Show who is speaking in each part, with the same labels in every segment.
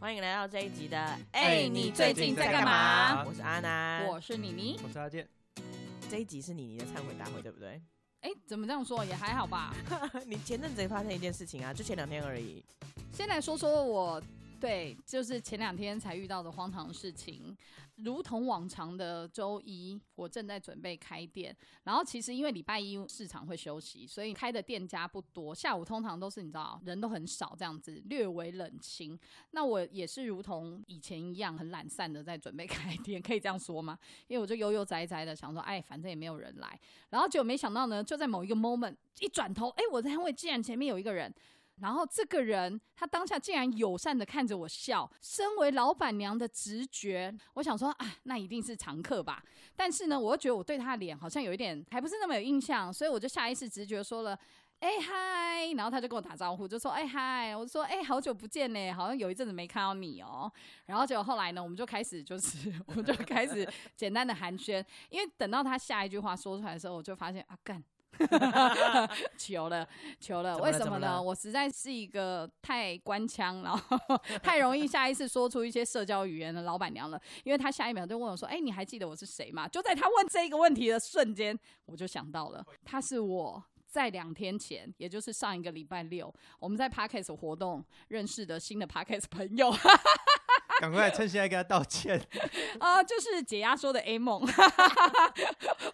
Speaker 1: 欢迎来到这一集的。
Speaker 2: 哎你最近在干嘛
Speaker 1: 我是阿南，
Speaker 2: 我是妮妮。
Speaker 3: 我是阿健，
Speaker 1: 这一集是你你的忏悔大会，对不对？
Speaker 2: 哎，怎么这样说也还好吧。
Speaker 1: 你前阵子发生一件事情啊，就前两天而已。
Speaker 2: 先来说说我对，就是前两天才遇到的荒唐事情。如同往常的周一，我正在准备开店，然后其实因为礼拜一市场会休息，所以开的店家不多。下午通常都是你知道人都很少，这样子略微冷清。那我也是如同以前一样很懒散的在准备开店，可以这样说吗？因为我就悠悠哉哉的想说，哎，反正也没有人来。然后结果没想到呢，就在某一个 moment 一转头，哎，我的摊位竟然前面有一个人。然后这个人他当下竟然友善的看着我笑，身为老板娘的直觉，我想说啊，那一定是常客吧。但是呢，我又觉得我对他的脸好像有一点还不是那么有印象，所以我就下意识直觉说了。哎、嗨，然后他就跟我打招呼，就说哎、嗨，我就说哎、好久不见呢，好像有一阵子没看到你哦。然后结果后来呢，我们就开始就是 我们就开始简单的寒暄，因为等到他下一句话说出来的时候，我就发现啊干， 求了求了，
Speaker 1: 怎么
Speaker 2: 为
Speaker 1: 了
Speaker 2: 什
Speaker 1: 怎
Speaker 2: 么
Speaker 1: 么
Speaker 2: 呢？
Speaker 1: 了
Speaker 2: 我实在是一个太官腔，然后 太容易下意识说出一些社交语言的老板娘了。因为他下一秒就问我说：“哎、你还记得我是谁吗？”就在他问这个问题的瞬间，我就想到了，他是我。在两天前，也就是上一个礼拜六，我们在 Parkes 活动认识的新的 Parkes 朋友，
Speaker 3: 赶快趁现在跟他道歉。
Speaker 2: 啊，就是解压说的 A 梦。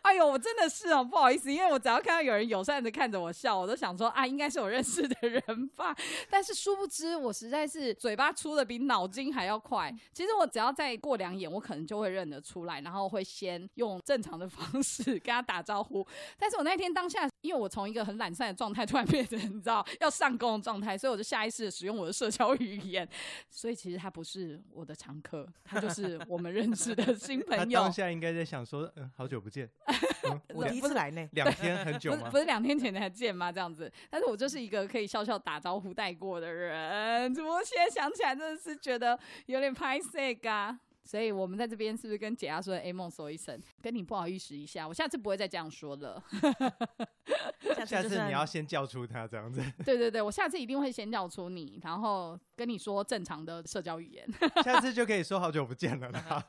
Speaker 2: 哎呦，我真的是哦，不好意思，因为我只要看到有人友善的看着我笑，我都想说啊，应该是我认识的人吧。 但是殊不知，我实在是嘴巴出的比脑筋还要快。其实我只要再过两眼，我可能就会认得出来，然后会先用正常的方式跟他打招呼。 但是我那天当下，因为我从一个很懒散的状态突然变成你知道要上工的状态，所以我就下意识的使用我的社交语言，所以其实他不是我的常客，他就是我们认识的新
Speaker 3: 他
Speaker 2: 朋友
Speaker 3: 当。下应该在想说，嗯，好久不 见，嗯
Speaker 1: 我第一次来呢，
Speaker 3: 两天很久
Speaker 2: 不是
Speaker 3: 吗
Speaker 2: 不？是两天前才见吗？这样子， 但是我就是一个可以笑笑打招呼带过的人，只不过现在想起来真的是觉得有点拍 C 啊。所以我们在这边是不是跟解压说的哎 A 梦说一声，跟你不好意思一下，我下次不会再这样说了。
Speaker 1: 下
Speaker 3: 下
Speaker 1: 次就
Speaker 3: 次
Speaker 1: 算
Speaker 3: 你要先叫出他 这样子，
Speaker 2: 对对对，我下次一定会先叫出你，然后跟你说正常的社交语言。
Speaker 3: 下次就可以说好久不见了啦。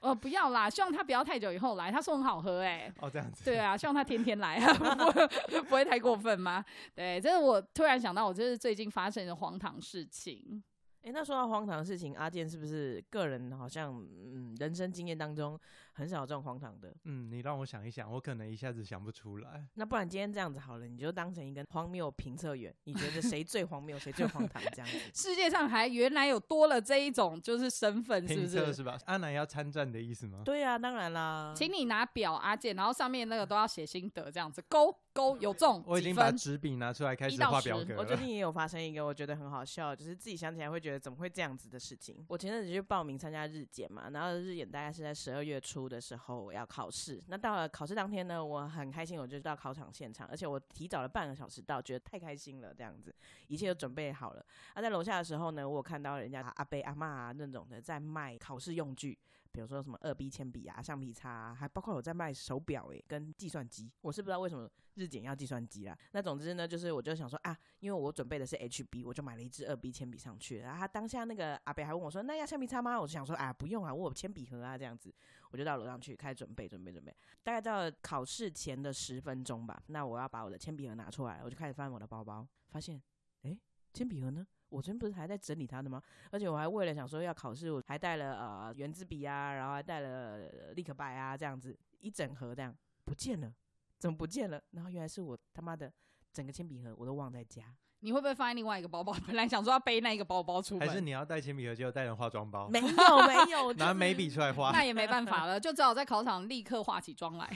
Speaker 2: 呃，不要啦，希望他不要太久以后来，他说很好喝哎、
Speaker 3: 哦，这样子。
Speaker 2: 对啊，希望他天天来啊， 不不会太过分吗？对，这是我突然想到，我这是最近发生的荒唐事情。
Speaker 1: 哎，那说到荒唐的事情，阿健是不是个人好像嗯人生经验当中很少有这种荒唐的？
Speaker 3: 嗯，你让我想一想，我可能一下子想不出来。
Speaker 1: 那不然今天这样子好了，你就当成一个荒谬评测员，你觉得谁最荒谬，谁最荒唐这样子？
Speaker 2: 世界上还原来有多了这一种就是身份，是
Speaker 3: 拼
Speaker 2: 不
Speaker 3: 车
Speaker 2: 是？
Speaker 3: 是吧？阿南要参战的意思吗？
Speaker 1: 对啊，当然啦。
Speaker 2: 请你拿表阿健，然后上面那个都要写心得，这样子 勾勾有中
Speaker 3: 我已
Speaker 2: 几
Speaker 3: 经把
Speaker 2: 分。
Speaker 3: 纸笔拿出来开
Speaker 2: 一
Speaker 3: 始
Speaker 2: 到
Speaker 3: 画
Speaker 2: 十
Speaker 3: 表格
Speaker 1: 我最
Speaker 3: 了。
Speaker 1: 近也有发生一个我觉得很好笑，就是自己想起来会觉得怎么会这样子的事情。我前阵子去报名参加日检嘛，然后日检大概是在十二月初的时候我要考试。那到了考试当天呢，我很开心，我就到考场现场，而且我提早了半个小时到，觉得太开心了，这样子一切都准备好了。那、在楼下的时候呢，我有看到人家阿伯阿嬷啊那种的在卖考试用具。比如说什么二 B 铅笔啊、橡皮擦、啊，还包括有在卖手表诶、跟计算机。我是不知道为什么日检要计算机啦。那总之呢，就是我就想说啊，因为我准备的是 HB，我就买了一支二 B 铅笔上去。然后他当下那个阿北还问我说：“那要橡皮擦吗？”我就想说啊，不用啊，我有铅笔盒啊，这样子。我就到楼上去开始准备，准备，准备。大概到考试前的十分钟吧，那我要把我的铅笔盒拿出来，我就开始翻我的包包，发现诶，铅笔盒呢？我昨天不是还在整理它的吗？而且我还为了想说要考试，我还带了呃圆珠笔啊，然后还带了呃立可白啊，这样子一整盒这样不见了，怎么不见了？然后原来是我他妈的整个铅笔盒我都忘在家，
Speaker 2: 你会不会放在另外一个包包？本来想说要背那一个包包出
Speaker 3: 还是
Speaker 2: 门，
Speaker 3: 你要带铅笔盒，结果带成化妆包，
Speaker 1: 没有没 有，就
Speaker 3: 哦拿
Speaker 1: 是
Speaker 3: 眉笔出来画？
Speaker 2: 那也没办法了，就只好在考场立刻化起妆 来。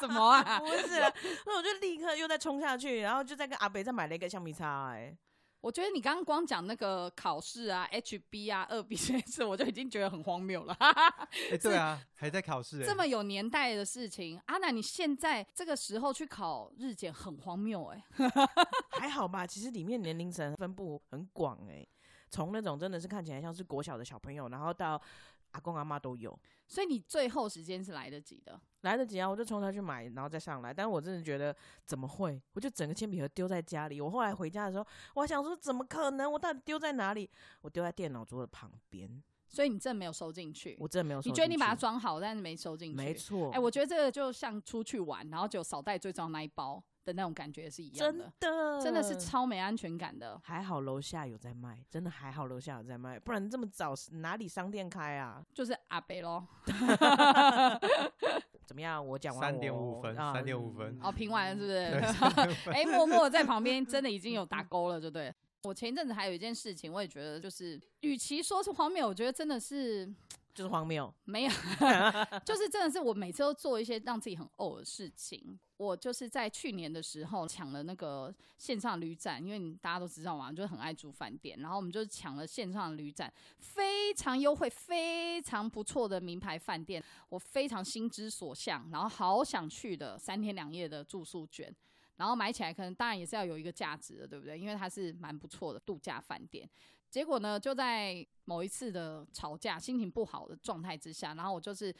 Speaker 2: 什么啊？
Speaker 1: 不是啊，那我就立刻又再冲下去，然后就再跟阿北再买了一个橡皮擦、哎，
Speaker 2: 我觉得你刚刚光讲那个考试啊、HB 啊、二 B 这件事，我就已经觉得很荒谬了。
Speaker 3: 哎，对啊，还在考试。
Speaker 2: 这
Speaker 3: 哎，
Speaker 2: 么有年代的事情，阿南，你现在这个时候去考日检很荒谬哎、
Speaker 1: 还好吧？其实里面年龄层分布很广哎、从那种真的是看起来像是国小的小朋友，然后到阿公阿妈都有。
Speaker 2: 所以你最后时间是来得及的。
Speaker 1: 来得及啊，我就冲他去买，然后再上来。但是我真的觉得怎么会？我就整个铅笔盒丢在家里。我后来回家的时候，我还想说怎么可能？我到底丢在哪里？我丢在电脑桌的旁边，
Speaker 2: 所以你真的没有收进去。
Speaker 1: 我真的没有收进
Speaker 2: 你
Speaker 1: 去。
Speaker 2: 觉得你把它装好，但是没收进去。
Speaker 1: 没错，
Speaker 2: 哎、我觉得这个就像出去玩，然后就扫带最重要那一包的那种感觉是一样
Speaker 1: 真
Speaker 2: 的，
Speaker 1: 的
Speaker 2: 真的是超没安全感的。
Speaker 1: 还好楼下有在卖，真的还好楼下有在卖，不然这么早哪里商店开啊？
Speaker 2: 就是阿北咯，
Speaker 1: 怎么样？我讲完我
Speaker 3: 3.5分
Speaker 1: 啊
Speaker 3: 3.5分
Speaker 2: 哦，评完了是不
Speaker 3: 对
Speaker 2: 是？哎、默默在旁边真的已经有打勾了，对不对？我前一阵子还有一件事情，我也觉得就是，与其说是荒谬，我觉得真的是
Speaker 1: 就是荒谬。
Speaker 2: 没有，就是真的是我每次都做一些让自己很呕的事情。我就是在去年的时候抢了那个线上旅展，因为你大家都知道嘛，就很爱住饭店，然后我们就抢了线上旅展，非常优惠、非常不错的名牌饭店，我非常心之所向，然后好想去的三天两夜的住宿券。然后买起来可能当然也是要有一个价值的，对不对？因为它是蛮不错的度假饭店。结果呢，就在某一次的吵架，心情不好的状态之下，然后我就是。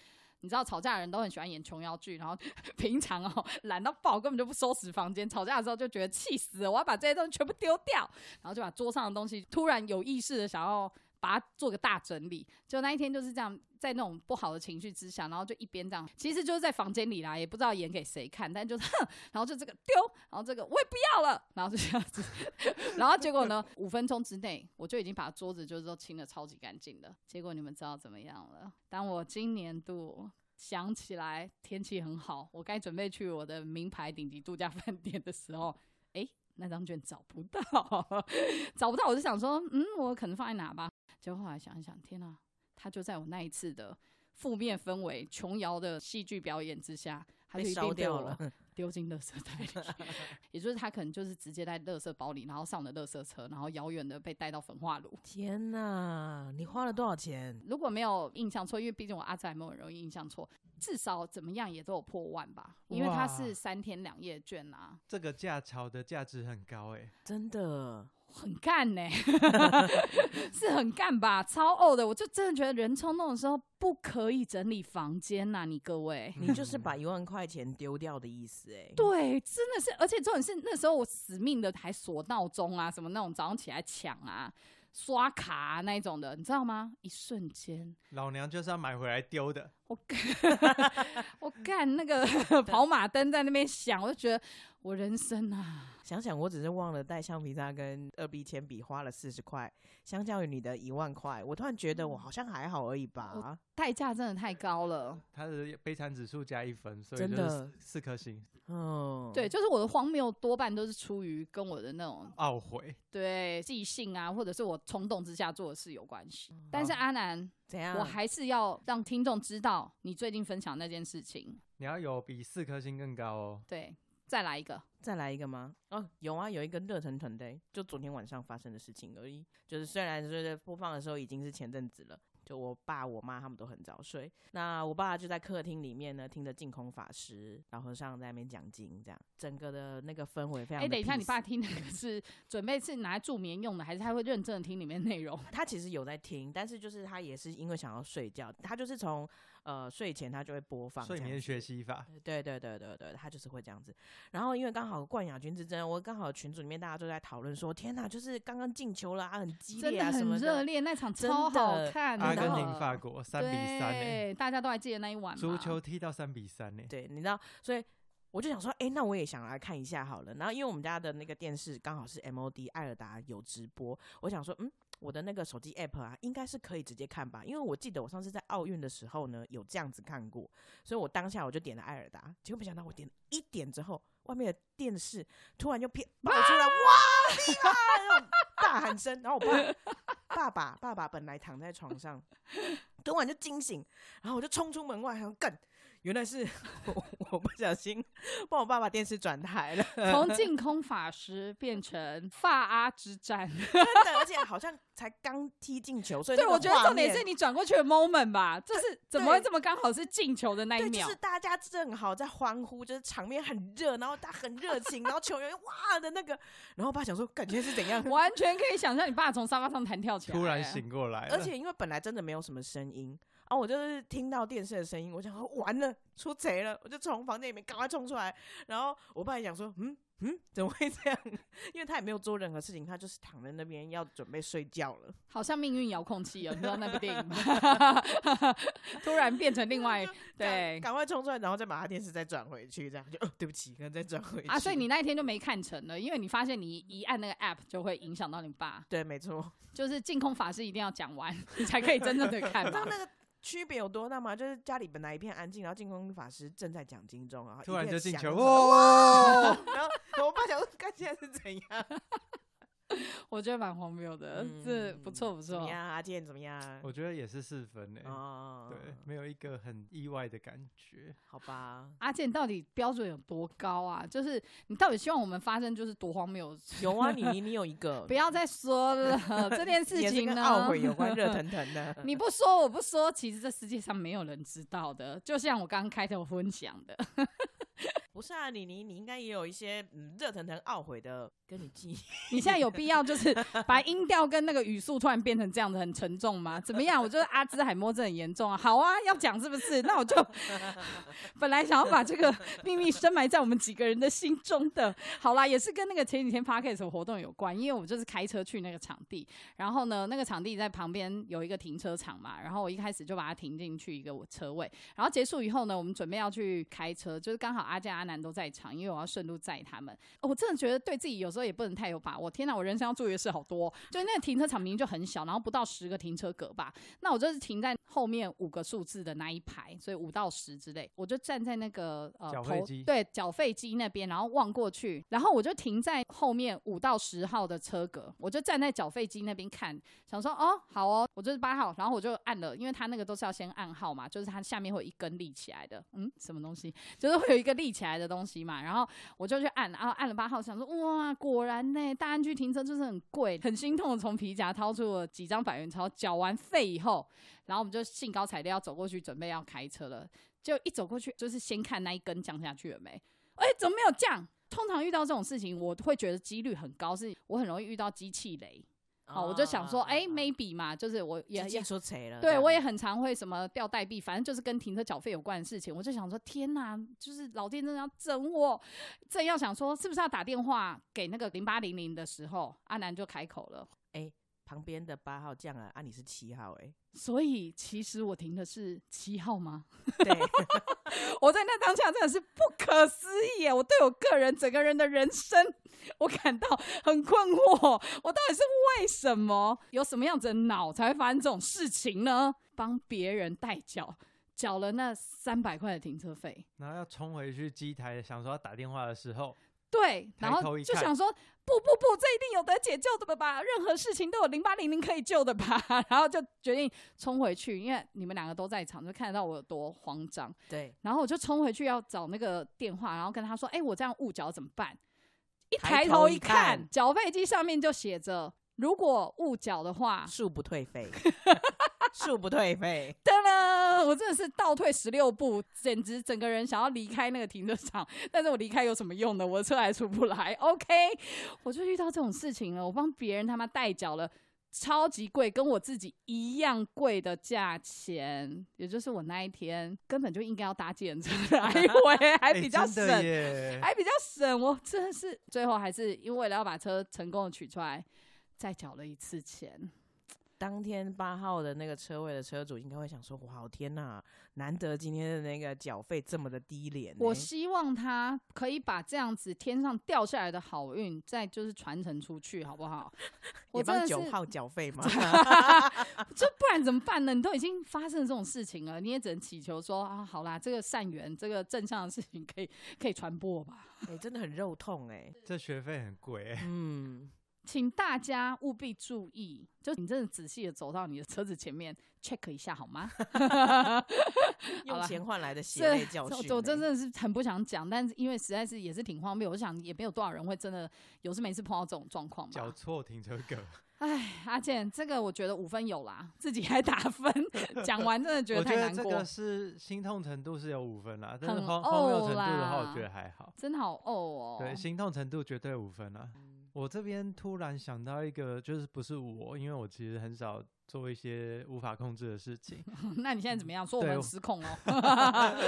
Speaker 2: 你知道吵架的人都很喜欢演琼瑶剧，然后 平常哦懒到爆，根本就不收拾房间。吵架的时候就觉得气死了，我要把这些东西全部丢掉，然后就把桌上的东西突然有意识的想要把它做个大整理。就那一天就是这样，在那种不好的情绪之下，然后就一边这样，其实就是在房间里啦，也不知道演给谁看，但就是 哼，然后就这个丢，然后这个我也不要了，然后就这样子，然后结果呢，五分钟之内我就已经把桌子就是都清的超级干净了。结果你们知道怎么样了？当我今年度想起来天气很好，我该准备去我的名牌顶级度假饭店的时候， 诶，那张券找不到， 找不到，我就想说，嗯，我可能放在哪吧。结果后来想一想，天哪、它就在我那一次的负面氛围、琼瑶的戏剧表演之下，它就
Speaker 1: 被
Speaker 2: 一
Speaker 1: 烧
Speaker 2: 定被
Speaker 1: 掉
Speaker 2: 我
Speaker 1: 了，
Speaker 2: 丢进垃圾袋里， 也就是他可能就是直接在垃圾包里，然后上了垃圾车，然后遥远的被带到焚化炉。
Speaker 1: 天哪！你花了多少钱？
Speaker 2: 如果没有印象错，因为毕竟我阿兹海默很容易印象错，至少怎么样也都有破万吧，因为它是
Speaker 3: 哇
Speaker 2: 三天两夜券啊，
Speaker 3: 这个价炒的价值很高哎，
Speaker 1: 真的，
Speaker 2: 很干呢、是很干吧，超呕的。我就真的觉得人冲动的时候不可以整理房间呐、你各位。
Speaker 1: 你就是
Speaker 3: 嗯
Speaker 1: 把一万块钱丢掉的意思哎、
Speaker 2: 对，真的是，而且重点是那时候我死命的还锁闹钟啊，什么那种早上起来抢啊、刷卡、啊、那一种的，你知道吗？一瞬间，
Speaker 3: 老娘就是要买回来丢的，
Speaker 2: 我 我干 那个跑马灯在那边响，我就觉得我人生啊，
Speaker 1: 想想我只是忘了带橡皮擦跟二 B 铅笔，花了四十块，相较于你的一万块，我突然觉得
Speaker 2: 嗯
Speaker 1: 我好像还好而已吧。
Speaker 2: 代价真的太高
Speaker 1: 哦
Speaker 2: 了。
Speaker 3: 他的悲惨指数加一分，所以
Speaker 1: 真
Speaker 3: 就是
Speaker 1: 的
Speaker 3: 四四颗星，
Speaker 1: 嗯，
Speaker 2: 对，，就是我的荒谬多半都是出于跟我的那种
Speaker 3: 懊悔。
Speaker 2: 对即兴啊，或者是我冲动之下做的事有关
Speaker 1: 哦
Speaker 2: 系。但是
Speaker 3: 好
Speaker 2: 阿南，
Speaker 1: 怎样？
Speaker 2: 我还是要让听众知道你最近分享那件事情。
Speaker 3: 你要有比四颗星更高哦。
Speaker 2: 对，再来一个。
Speaker 1: 再来一个吗？哦，有啊，有一个热腾腾的欸，就昨天晚上发生的事情而已。就是虽然是播放的时候已经是前阵子了，就我爸、我妈他们都很早睡，那我爸就在客厅里面呢，听着净空法师老和尚在那边讲经，这样整个的那个氛围非
Speaker 2: 哎、
Speaker 1: 常。
Speaker 2: 等一下，你爸，听那个是准备是拿来助眠用的，还是他会认真的听里面内容？
Speaker 1: 他其实有在听，但是就是他也是因为想要睡觉，他就是从呃睡前他就会播放
Speaker 3: 睡
Speaker 1: 这样
Speaker 3: 眠
Speaker 1: 子
Speaker 3: 学习法，
Speaker 1: 对对对对对，他就是会这样子。然后因为刚好冠亚军之争，我刚好群组里面大家都在讨论说，天哪，就是刚刚进球了啊，很激
Speaker 2: 真
Speaker 1: 烈
Speaker 2: 的
Speaker 1: 啊什
Speaker 2: 很
Speaker 1: 么
Speaker 2: 热
Speaker 1: 的。
Speaker 2: 烈，那场
Speaker 1: 真
Speaker 2: 超好
Speaker 1: 的
Speaker 2: 看的。
Speaker 3: 阿根
Speaker 1: 然
Speaker 3: 廷
Speaker 1: 后
Speaker 3: 法国三比三诶，
Speaker 2: 对，大家都还记得那一晚嘛
Speaker 3: 足 球踢到三比三欸诶，
Speaker 1: 对，你知道，所以我就想说，哎，那我也想来看一下好了。然后因为我们家的那个电视刚好是 MOD 艾尔达有直播，我想说，嗯。我的那个手机 app 啊，应该是可以直接看吧，因为我记得我上次在奥运的时候呢，有这样子看过，所以我当下我就点了艾尔达，结果没想到我点了一点之后，外面的电视突然就偏爆出来，哇，厉害！那种 大喊声，然后我爸爸爸爸爸本来躺在床上，突然就惊醒，然后我就冲出门外，还要干。原来是我 我不小心帮我爸爸电视转台了，
Speaker 2: 从净空法师变成发阿之 战。
Speaker 1: 真的，而且好像才刚踢进球，所以
Speaker 2: 对，
Speaker 1: 那个
Speaker 2: 我觉得
Speaker 1: 画
Speaker 2: 重点
Speaker 1: 面
Speaker 2: 是你转过去的 moment 吧，就是怎么会
Speaker 1: 对
Speaker 2: 这么刚好是进球的那一
Speaker 1: 对，就
Speaker 2: 秒，
Speaker 1: 是？大家正好在欢呼，就是场面很热，然后大家很热 情，然后球员哇的那个，然后我爸想说感觉是怎样
Speaker 2: 完全可以想象你爸从沙发上弹跳起来，
Speaker 3: 突然醒过来了，
Speaker 1: 啊而且因为本来真的没有什么声音啊，我就是听到电视的声音，我想说完了，出贼了，我就从房间里面赶快冲出来。然后我爸也想说，嗯嗯，怎么会这样？ 因为他也没有做任何事情，他就是躺在那边要准备睡觉了。
Speaker 2: 好像命运遥控器哦，你知道那 部电影吗？突然变成另外
Speaker 1: 就赶
Speaker 2: 对啊
Speaker 1: 赶快冲出来，然后再把他电视再转回去，这样就、呃、对不起，然后再转回去。
Speaker 2: 啊，所以你那一天就没看成了，因为你发现你一按那个 app 就会影响到你爸，
Speaker 1: 对，没错。
Speaker 2: 就是净空法师一定要讲完，你才可以真正的看
Speaker 1: 你知
Speaker 2: 嘛
Speaker 1: 道。那个区别有多大吗？就是家里本来一片安静，然后进攻法师正在讲经中，然后
Speaker 3: 突然就进球，
Speaker 1: 哦，
Speaker 3: 哦，
Speaker 1: 然后我爸想说，看现在是怎样？嗯
Speaker 2: 我觉得蛮荒谬的，呃这不错不
Speaker 1: 怎么
Speaker 2: 错。
Speaker 1: 样？阿健怎么样？
Speaker 3: 我觉得也是四分诶，
Speaker 1: 哦，
Speaker 3: 对，没有一个很意外的感觉。
Speaker 1: 好吧，
Speaker 2: 阿健到底标准有多高啊？就是你到底希望我们发生就是多荒谬的事？
Speaker 1: 有啊，你你你有一 个
Speaker 2: 不，要再说了这件 事
Speaker 1: 也是
Speaker 2: 情
Speaker 1: 跟
Speaker 2: 呢，
Speaker 1: 懊悔有关，热腾腾的。
Speaker 2: 你不说，我不说，其实这世界上没有人知道的。就像我刚刚开头分享的，
Speaker 1: 不是啊，你你你应该也有一些嗯热腾腾懊悔的跟你记忆。
Speaker 2: 你现在有必要就是 把音调跟那个语速突然变成这样子很沉重吗？怎么样？我觉得阿兹海默症很严重啊。好啊，要讲是不是？那我就本来想要把这个秘密深埋在我们几个人的心中的。好啦，也是跟那个前几天 p a r k e s 活动有关，因为我就是开车去那个场地，然后呢，那个场地在旁边有一个停车场嘛，然后我一开始就把它停进去一个我车位，然后结束以后呢，我们准备要去开车，就是刚好阿健、阿南都在场，因为我要顺路载他们。哦我真的觉得对自己有时候也不能太有把握。天哪，我人生要做的事好多哦，就是那个停车场明明就很小，然后不到十个停车格吧。那我就是停在后面五个数字的那一排，所以五到十之类，我就站在那个呃
Speaker 3: 缴
Speaker 2: 头
Speaker 3: 费机
Speaker 2: 对缴费机那边，然后望过去，然后我就停在后面五到十号的车格，我就站在缴费机那边看，想说哦，好哦，我就是八号，然后我就按了，因为它那个都是要先按号嘛，就是它下面会有一根立起来的，嗯，什么东西，就是会有一个立起来的东西嘛，然后我就去按，然后按了八号，想说哇，果然呢，大安区停车就是很贵，很心痛的从皮夹掏出了几张百元钞，缴完费以后，然后我们就兴高采烈要走过去，准备要开车了，就一走过去就是先看那一根降下去了没，哎、怎么没有降？通常遇到这种事情，我会觉得几率很高，是我很容易遇到机器雷。哦，我就想说，哎、
Speaker 1: 没
Speaker 2: maybe 嘛，就是我也也
Speaker 1: 也说谁了？这
Speaker 2: 对
Speaker 1: 样
Speaker 2: 我也很常会什么掉代币，反正就是跟停车缴费有关的事情。我就想说，天哪，就是老天真的要整我！正要想说是不是要打电话给那个零八零零的时候，阿南就开口了。
Speaker 1: 旁边的八号降了，啊，你是七号 哎，
Speaker 2: 所以其实我停的是七号吗？
Speaker 1: 对。
Speaker 2: 我在那当下真的是不可思议耶！我对我个人整个人的人生，我感到很困惑。我到底是为什么有什么样子的脑才会发生这种事情呢？帮别人代缴，缴了那三百块的停车费，
Speaker 3: 然后要冲回去机台，想说要打电话的时候，
Speaker 2: 对，
Speaker 3: 抬
Speaker 2: 然后
Speaker 3: 头一
Speaker 2: 就
Speaker 3: 看
Speaker 2: 想说，不不不，这一定有得解救的吧？任何事情都有零八零零可以救的吧？ 然后就决定冲回去，因为你们两个都在场，就看得到我有多慌张。
Speaker 1: 对，
Speaker 2: 然后我就冲回去要找那个电话，然后跟他说：“哎、我这样误缴怎么办？”一
Speaker 1: 抬
Speaker 2: 抬
Speaker 1: 头
Speaker 2: 头
Speaker 1: 一
Speaker 2: 一
Speaker 1: 看
Speaker 2: 看，缴费机上面就写着：“如果误缴的话，
Speaker 1: 恕不退 费，恕不退费。
Speaker 2: 噔噔！”我真的是倒退十六步，简直整个人想要离开那个停车场。 但是我离开有什么用呢？我的车还出不来。OK，我就遇到这种事情了，我帮别人他妈代缴了。超级贵，跟我自己一样贵的价钱，也就是我那一天根本就应该要搭计程车来回，还
Speaker 3: 哎，
Speaker 2: 比较省
Speaker 3: 真。的耶，
Speaker 2: 还比较省，我真的是最后还是因为为了要把车成功的取出来，再缴了一次钱。
Speaker 1: 当天八号的那个车位的车主应该会想说：“哇，天哪，难得今天的那个缴费这么的低廉、欸
Speaker 2: 我希望他可以把这样子天上掉下来的好运，再就是传承出去，好不好？我
Speaker 1: 也
Speaker 2: 真
Speaker 1: 帮
Speaker 2: 的是，
Speaker 1: 九号缴费嘛。
Speaker 2: 就不然怎么办呢？你都已经发生了这种事情了，你也只能祈求说啊，好啦，这个善缘，这个正向的事情可以可以传播吧。
Speaker 1: 欸哎、真的很肉痛哎、
Speaker 3: 这学费很贵耶，欸
Speaker 1: 嗯，
Speaker 2: 请大家务必注意，就你真的仔细的走到你的车子前面 check 一下好吗？ 好
Speaker 1: 用
Speaker 2: 啦
Speaker 1: 钱换来的血
Speaker 2: 这
Speaker 1: 泪教
Speaker 2: 这
Speaker 1: 训、欸
Speaker 2: 我 真的是很不想讲，但是因为实在是也是挺荒谬，我想也没有多少人会真的有事没事碰到这种状况
Speaker 3: 缴
Speaker 2: 吧。
Speaker 3: 错停车格，
Speaker 2: 哎，阿健，这个我觉得五分有啦，自己还打分，讲完真的觉
Speaker 3: 我
Speaker 2: 得
Speaker 3: 觉
Speaker 2: 太
Speaker 3: 得
Speaker 2: 难
Speaker 3: 这
Speaker 2: 过
Speaker 3: 个，是心痛程度是有五分啦，但是
Speaker 2: 很
Speaker 3: 荒荒谬
Speaker 2: 呕
Speaker 3: 程度的话，
Speaker 2: 啦
Speaker 3: 我觉得还好。
Speaker 2: 真好哦哦。嗯
Speaker 3: 对，心痛程度绝对五分啦。我这边突然想到一个，就是不是我，因为我其实很少做一些无法控制的事情。
Speaker 2: 哦那你现在怎么样？说我
Speaker 3: 对
Speaker 2: 们
Speaker 3: 我
Speaker 2: 失控哦，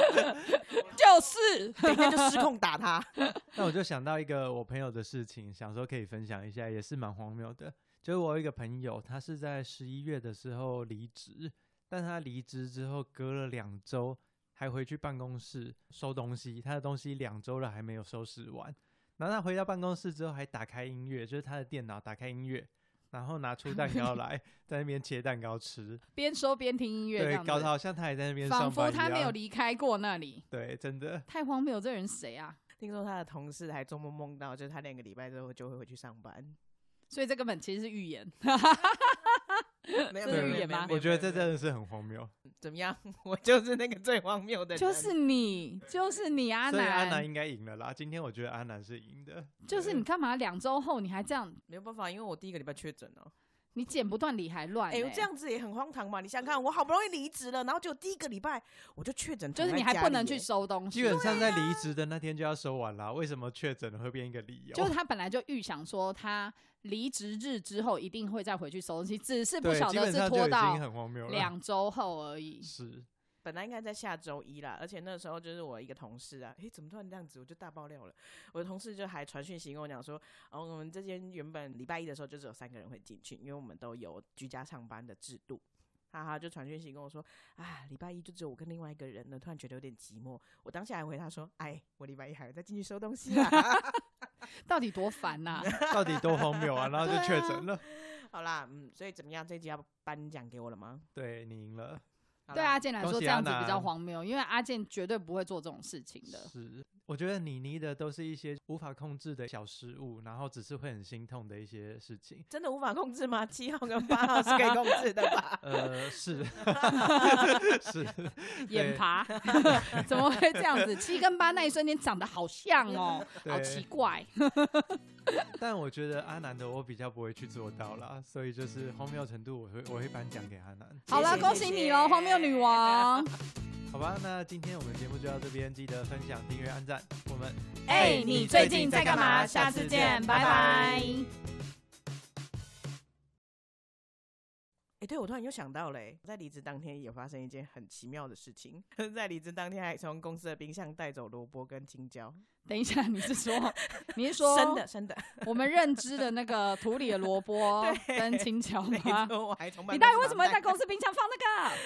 Speaker 2: 就是
Speaker 1: 等一下就失控打 他。
Speaker 3: 那我就想到一个我朋友的事情，想说可以分享一下，也是蛮荒谬的。就是我有一个朋友，他是在十一月的时候离职，但他离职之后隔了两周还回去办公室收东西，他的东西两周了还没有收拾完。然后他回到办公室之后还打开音乐，就是他的电脑打开音乐，然后拿出蛋糕 来在那边切蛋糕吃，
Speaker 2: 边说边听音乐这
Speaker 3: 对，
Speaker 2: 样
Speaker 3: 搞得
Speaker 2: 子，
Speaker 3: 好像他还在那边
Speaker 2: 仿
Speaker 3: 上
Speaker 2: 佛
Speaker 3: 班一
Speaker 2: 他没有
Speaker 3: 样。
Speaker 2: 离开过那里，
Speaker 3: 对，真的。
Speaker 2: 太荒谬！这人谁啊？
Speaker 1: 听说他的同事还做梦梦到，就是他两个礼拜之后就会回去上 班。
Speaker 2: 所以这根本其实是预言。
Speaker 1: 没有
Speaker 2: 这是
Speaker 1: 没有
Speaker 2: 预言
Speaker 1: 没有
Speaker 2: 吗
Speaker 1: 没有
Speaker 3: 我觉得这
Speaker 1: 没有
Speaker 3: 真的是很荒谬。
Speaker 1: 怎么样？我就是那个最荒谬的人， 啊
Speaker 2: 就是你，就是你，阿
Speaker 3: 所以阿南
Speaker 2: 南，
Speaker 3: 应该赢了啦。今天我觉得阿南是赢的，
Speaker 2: 就是你干嘛？两周后你还这样，
Speaker 1: 没有办法，因为我第一个礼拜确诊了。
Speaker 2: 你剪不断理还乱、
Speaker 1: 哎、
Speaker 2: 欸，
Speaker 1: 这样子也很荒唐嘛！你想想看，我好不容易离职了，然后就第一个礼拜我就确诊，
Speaker 2: 就是你还不
Speaker 3: 欸
Speaker 2: 能去，收东
Speaker 3: 基
Speaker 2: 西。
Speaker 3: 本上在离职的那天就要收完啦。为什么确诊会变一个理由？
Speaker 2: 就是他本来就预想说他离职日之后一定会再回去收东西，只是不
Speaker 3: 对，
Speaker 2: 晓
Speaker 3: 基
Speaker 2: 得
Speaker 3: 本
Speaker 2: 是
Speaker 3: 上就
Speaker 2: 拖
Speaker 3: 已经
Speaker 2: 到
Speaker 3: 很荒谬了。
Speaker 2: 两周后而已。
Speaker 3: 是，
Speaker 1: 本来应该在下周一啦，而且那时候就是我一个同事啊，诶、怎么突然这样子？我就大爆料了。我的同事就还传讯息跟我讲说，哦，我们这间原本礼拜一的时候就只有三个人会进去，因为我们都有居家上班的制度。哈哈，就传讯息跟我说，啊，礼拜一就只有我跟另外一个人了，突然觉得有点寂寞。我当下还回他说，哎，我礼拜一还要再进去收东西啊。
Speaker 2: 到底多烦 呐、
Speaker 3: 到底多荒 谬啊！然后就
Speaker 2: 对啊
Speaker 3: 确诊了，
Speaker 1: 好啦，嗯，所以怎么样？这集要颁奖给我了吗？
Speaker 2: 啊
Speaker 3: 对你赢了。
Speaker 1: 好
Speaker 2: 对啊
Speaker 1: 啦。
Speaker 2: 阿，健来
Speaker 3: 恭
Speaker 2: 说，这
Speaker 3: 喜
Speaker 2: 样
Speaker 3: 阿
Speaker 2: 子比较
Speaker 3: 南
Speaker 2: 荒谬，因为阿健绝对不会做这种事情的。
Speaker 3: 是，我觉得你妮的都是一些无法控制的小失误，然后只是会很心痛的一些事 情？
Speaker 1: 真的无法控制吗？ 七号跟八号是可以控制的吧
Speaker 3: 呃，是是，
Speaker 2: 眼
Speaker 3: 对
Speaker 2: 爬，怎么会这样子？七跟八那一瞬间长得好像哦，好
Speaker 3: 对
Speaker 2: 奇怪。
Speaker 3: 但我觉得阿南的我比较不会去做到啦，所以就是荒谬程度，我会我会颁奖给阿南。
Speaker 2: 好了，
Speaker 1: 谢
Speaker 2: 恭喜你喽，荒谬女王！
Speaker 3: 好吧，那今天我们节目就到这边，记得分享、订阅、按赞。我们
Speaker 2: 哎，你最近在干嘛？下次见，拜拜。
Speaker 1: 哎、对我突然又想到嘞、我在离职当天也发生一件很奇妙的事情， 在离职当天还从公司的冰箱带走萝卜跟青椒，
Speaker 2: 等一下，你是说 你是说
Speaker 1: 生的 生的，
Speaker 2: 我们认知的那个土里的萝卜
Speaker 1: 对
Speaker 2: 跟青椒
Speaker 1: 没
Speaker 2: 吗？
Speaker 1: 错，我还从办
Speaker 2: 你
Speaker 1: 公
Speaker 2: 到
Speaker 1: 室
Speaker 2: 底为什么会
Speaker 1: 把它
Speaker 2: 在公司冰箱放那个？